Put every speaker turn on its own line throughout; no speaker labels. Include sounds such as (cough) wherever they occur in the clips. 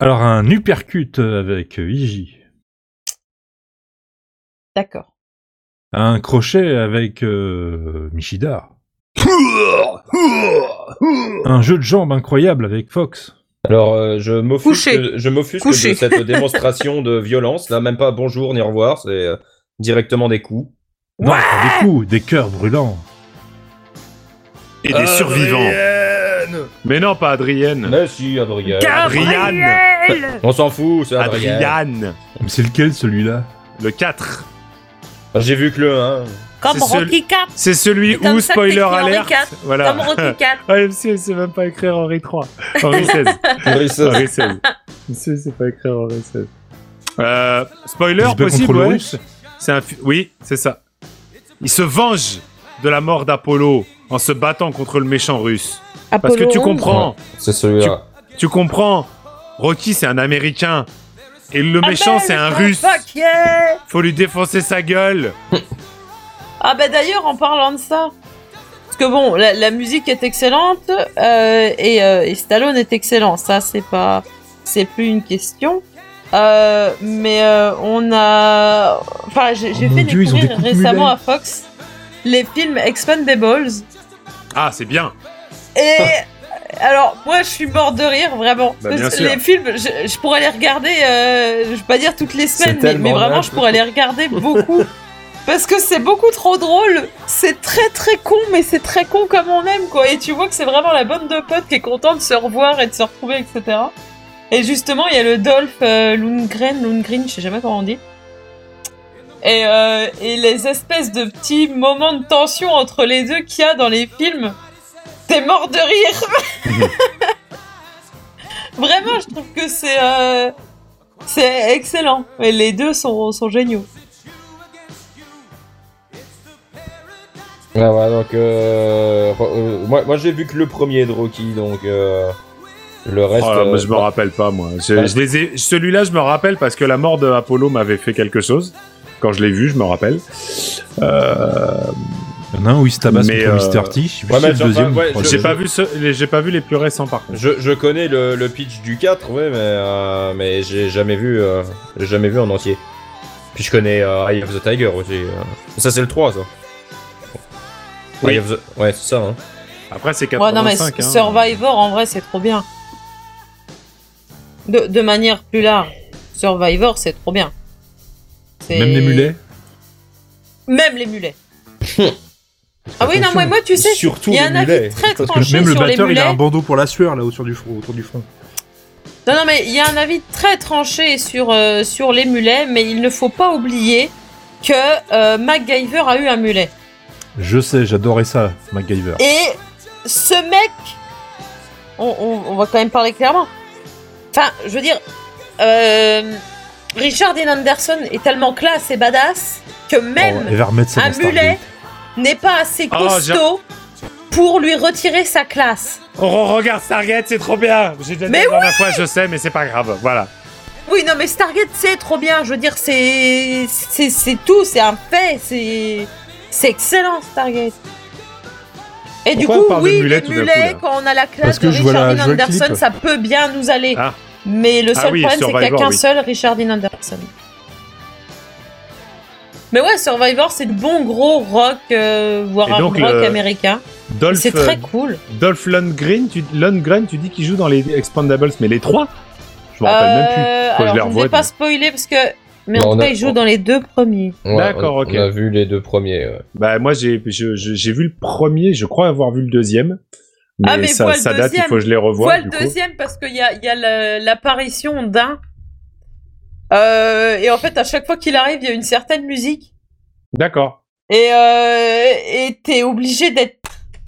Alors un uppercut avec euh, Iji.
D'accord.
Un crochet avec euh, Michida. Un jeu de jambes incroyable avec Fox.
Alors, euh, je m'offusque,
Couché.
je m'offusque
Couché. (laughs)
de cette démonstration de violence. Là, même pas bonjour ni au revoir, c'est euh, directement des coups.
Non, pas des coups, des cœurs brûlants.
Et des survivants. Mais non, pas Adrienne.
Mais si, Adrien.
Adrienne.
On s'en fout, c'est Adrien.
Adrienne.
Mais c'est lequel celui-là
Le 4.
J'ai vu que
(laughs)
le 1.
Comme
C'est ce-
Rocky IV.
C'est celui
C'est comme
où,
ça que
spoiler
t'écris Henri
alerte.
IV,
Voilà.
Comme Rocky
(laughs)
4.
Ah, MC, c'est même pas écrire Henri 3. Henri 16. Henri 16.
(laughs)
MC, c'est pas écrire Henri 16. Euh,
Il
spoiler
se bat
possible,
contre le
ouais.
russe
C'est un fu- Oui, c'est ça. Il se venge de la mort d'Apollo en se battant contre le méchant russe. Parce que tu comprends,
C'est celui-là.
tu comprends. Rocky, c'est un Américain. Et le
Ah ben,
méchant, c'est un Russe.
Fuck yeah
Faut lui défoncer sa gueule.
Ah bah d'ailleurs, en parlant de ça, parce que bon, la, la musique est excellente euh, et, euh, et Stallone est excellent. Ça, c'est pas, c'est plus une question. Euh, mais euh, on a, enfin, j'ai j'ai
Oh mon
fait
Dieu, ils ont des
découvrir
coups de
récemment
Mulan.
à Fox les films Expendables
Ah, c'est bien.
et alors moi je suis mort de rire vraiment
Bah,
Parce
bien
que
sûr.
les films je, je pourrais les regarder euh, je vais pas dire toutes les semaines mais,
tellement
mais vraiment
naze.
je pourrais les regarder beaucoup parce que c'est beaucoup trop drôle c'est très très con mais c'est très con comme on aime quoi et tu vois que c'est vraiment la bande de potes qui est contente de se revoir et de se retrouver etc et justement il y a le Dolph euh, Lundgren Lundgren je sais jamais comment on dit et, euh, et les espèces de petits moments de tension entre les deux qu'il y a dans les films, t'es mort de rire. (laughs) Vraiment, je trouve que c'est euh, c'est excellent. Et les deux sont, sont géniaux.
Ah ouais, donc euh, re- euh, moi, moi j'ai vu que le premier de Rocky, donc euh, le reste.
Oh là, mais
euh,
je me rappelle pas, moi. Je-
Ouais.
je les ai- Celui-là, je me rappelle parce que la mort de Apollo m'avait fait quelque chose. Quand je l'ai vu, je me rappelle. Euh,
Il y en a un où il se tabasse
Mais,
contre
euh,
Mr. T. Je sais plus
ouais,
si c'est
mais
le deuxième.
enfin, ouais,
ou le
je-
troisième.
j'ai pas vu ce- les- j'ai pas vu les plus récents par contre.
je, je connais le, le pitch du 4, ouais, mais, euh, mais j'ai jamais vu euh, j'ai jamais vu en entier. Puis je connais euh, Eye of the Tiger aussi. euh. Ça c'est le 3 ça.
Oui.
Eye of the- Ouais, c'est ça. Hein.
Après, c'est
Ouais, non, mais
85. hein.
Survivor, en vrai, c'est trop bien. De, de manière plus large, Survivor, c'est trop bien. C'est-
Même les mulets.
Même
(laughs)
les mulets. ah oui, non, moi, moi, tu sais,
Surtout
il y a
les
un avis
mulets.
très
Parce que
tranché
même le
sur les
batteur, il
mulets.
a un bandeau pour la sueur là autour du front. Autour du front.
Non, non, mais il y a un avis très tranché sur, euh, sur les mulets, mais il ne faut pas oublier que euh, MacGyver a eu un mulet.
Je sais, j'adorais ça, MacGyver.
Et ce mec, on, on- on va quand même parler clairement. Enfin, je veux dire, euh, Richard Dean Anderson est tellement classe et badass que
Oh, elle
même
va remettre ça
un
dans Stargate.
mulet n'est pas assez
Oh,
costaud pour lui retirer sa classe.
Oh, re- regarde Stargate, c'est trop bien. J'ai déjà
Mais
dit la dernière fois, je sais, mais c'est pas grave. Voilà.
Oui, non, mais Stargate, c'est trop bien. Je veux dire, c'est c'est c'est tout, c'est un fait, c'est c'est excellent Stargate. Et
Pourquoi
du
on
coup,
parle de
oui,
mulets
les
tout d'un
mulets,
coup,
quand on a la classe
Parce que
de
je vois
Richard
la-
Dean
je vois le
Anderson,
clip.
ça peut bien nous aller.
Ah.
Mais le seul
Ah oui,
problème, c'est qu'il n'y a
Survivor,
qu'un
oui.
seul Richard Dean Anderson. Mais ouais, Survivor, c'est le bon gros rock, euh, voire
Et
un
donc,
rock
le-
américain. Et
Dolph,
C'est
euh,
très cool.
Dolph Lundgren, tu, Lundgren, tu dis qu'il joue dans les Expandables, mais les trois Je me rappelle même plus.
Euh,
Faut
alors,
que je les
je ne vais
revoie,
pas
mais-
spoiler parce que. Mais
Non,
en
on
tout
a-
cas, il joue
on-
dans les deux premiers.
Ouais,
D'accord,
on-
ok.
On a vu les deux premiers. ouais.
Bah, moi, j'ai je- je- j'ai vu le premier, je crois avoir vu le deuxième. Mais,
Ah, mais
ça,
vois le
ça date, il
deuxième.
faut que je les revoie.
Vois
du
le
coup.
deuxième parce qu'il y a, il y a le- l'apparition d'un. Euh, et en fait, à chaque fois qu'il arrive, il y a une certaine musique.
D'accord.
Et euh, et t'es obligé d'être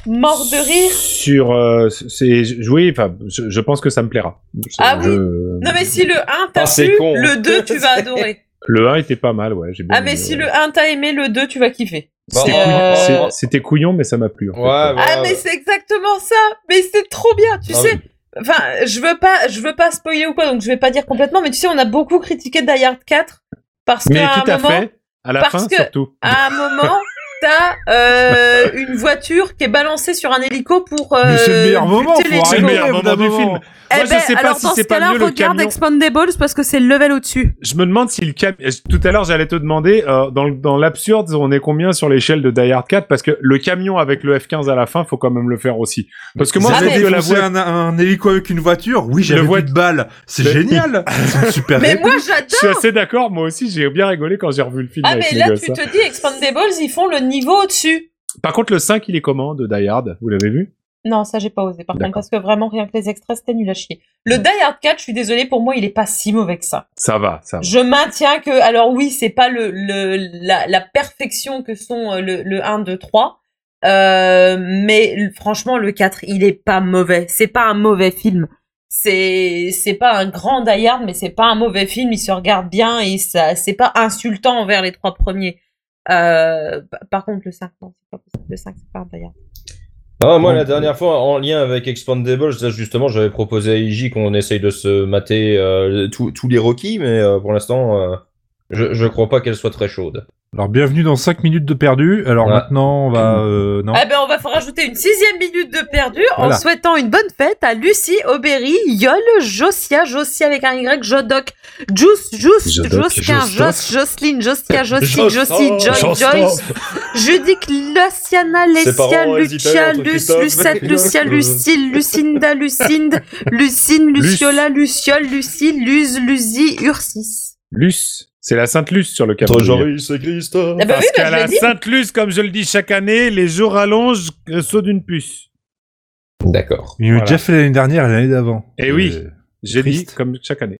mort de rire.
Sur. euh, c'est joué, enfin, je, je pense que ça me plaira. Je-
Ah oui.
je-
Non, mais si le 1
Ah,
t'as
c'est
plu,
con.
le 2 tu vas
(laughs)
adorer.
Le 1 était pas mal, ouais. j'ai bien
Ah, mais
aimé,
si
ouais.
le 1 t'as aimé, le 2 tu vas kiffer. Euh,
C'était couillon-
c'est-
c'est- C'était couillon, mais ça m'a plu. en fait.
Ouais, ouais,
Ah, mais
ouais. Ah,
c'est exactement ça. Mais c'est trop bien, tu
Non,
sais. Enfin, je veux pas, je veux pas spoiler ou quoi, donc je vais pas dire complètement, mais tu sais, on a beaucoup critiqué Die Hard 4 parce
Mais
qu'à
tout
un
à
moment,
fait, à la
parce
fin
que-
surtout.
à un moment, t'as euh, une voiture qui est balancée sur un hélico pour. euh,
Mais c'est le meilleur moment,
buter
faut
C'est
arrêter.
l'hélico.
le meilleur
au bout d'un
moment du
moment.
film.
Eh
Moi, je
ben,
sais pas
alors,
si
dans
c'est
ce
pas
cas-là,
mieux le
regarde
camion.
Expandables parce que c'est le level au-dessus.
Je me demande si le camion. Tout à l'heure, j'allais te demander, euh, dans, le- dans l'absurde, on est combien sur l'échelle de Die Hard 4 Parce que le camion avec le F15 à la fin, faut quand même le faire aussi. Parce que moi,
Ils
Ah,
je
avaient
trouve que la
défoncé
voie.
un, un hélico avec une voiture. Oui, j'avais
Le voie-
plus de balles. C'est
Le-
(laughs) génial. C'est une
Ah,
super
Mais
réplique.
moi,
Je
j'adore.
suis assez d'accord, moi aussi, j'ai bien rigolé quand j'ai revu le film
Ah,
avec
mais
les
là,
gosses,
tu
hein.
te dis, Expandables, ils font le niveau au-dessus.
Par contre, le 5, il est comment de Die Hard Vous l'avez vu
Non, ça, j'ai pas osé, par contre,
D'accord.
parce que vraiment, rien que les extraits, c'était nul à chier. Le Die Hard 4, je suis désolée, pour moi, il est pas si mauvais que ça.
Ça va, ça va.
Je maintiens que, alors oui, c'est pas le, le la, la perfection que sont euh, le, le 1, 2, 3. Euh, mais l- franchement, le 4, il est pas mauvais. C'est pas un mauvais film. C'est c'est pas un grand Die Hard, mais c'est pas un mauvais film. Il se regarde bien et ça c'est pas insultant envers les trois premiers. Euh, pa- par contre, le 5, non, c'est pas possible. Le 5, c'est pas un Die Hard.
Ah, moi,
Ouais.
la dernière fois, en lien avec Expandables, ça, justement, j'avais proposé à Iji qu'on essaye de se mater euh, tous tous les Rocky, mais euh, pour l'instant, euh, je, je crois pas qu'elle soit très chaude.
Alors, bienvenue dans 5 minutes de perdu. Alors
Ouais.
maintenant, on va. euh, non.
Eh ben, on va faire rajouter une sixième minute de perdu en
Voilà.
souhaitant une bonne fête à Lucie, Aubéry, Yol, Josia, Josia avec un Y, Jodoc, Juice, Juice,
Jodoc,
Josquin,
Jostophe.
Jos, Jocelyne, Josia, Josie, Josie, Joy,
Jostophe.
Joyce, Judic, Luciana, Lesia,
parents hésitaient
Lucia,
entre
Luce,
Christophe (laughs)
Lucette,
et
Lucia,
Joseph.
Lucille, Lucinda, Lucinde, Lucine, Luciola, Luciole, Lucie, Luz, Luzie, Ursis.
Luce. C'est la Sainte-Luce sur le camion.
c'est Christophe.
Eh ben oui,
Parce
bah,
qu'à
je l'ai
la
dit.
Sainte-Luce, comme je le dis chaque année, les jours allongent le saut d'une puce.
D'accord.
Il l'a
Voilà.
déjà fait l'année dernière et l'année d'avant.
Eh oui. J'ai dit
Triste.
comme chaque année.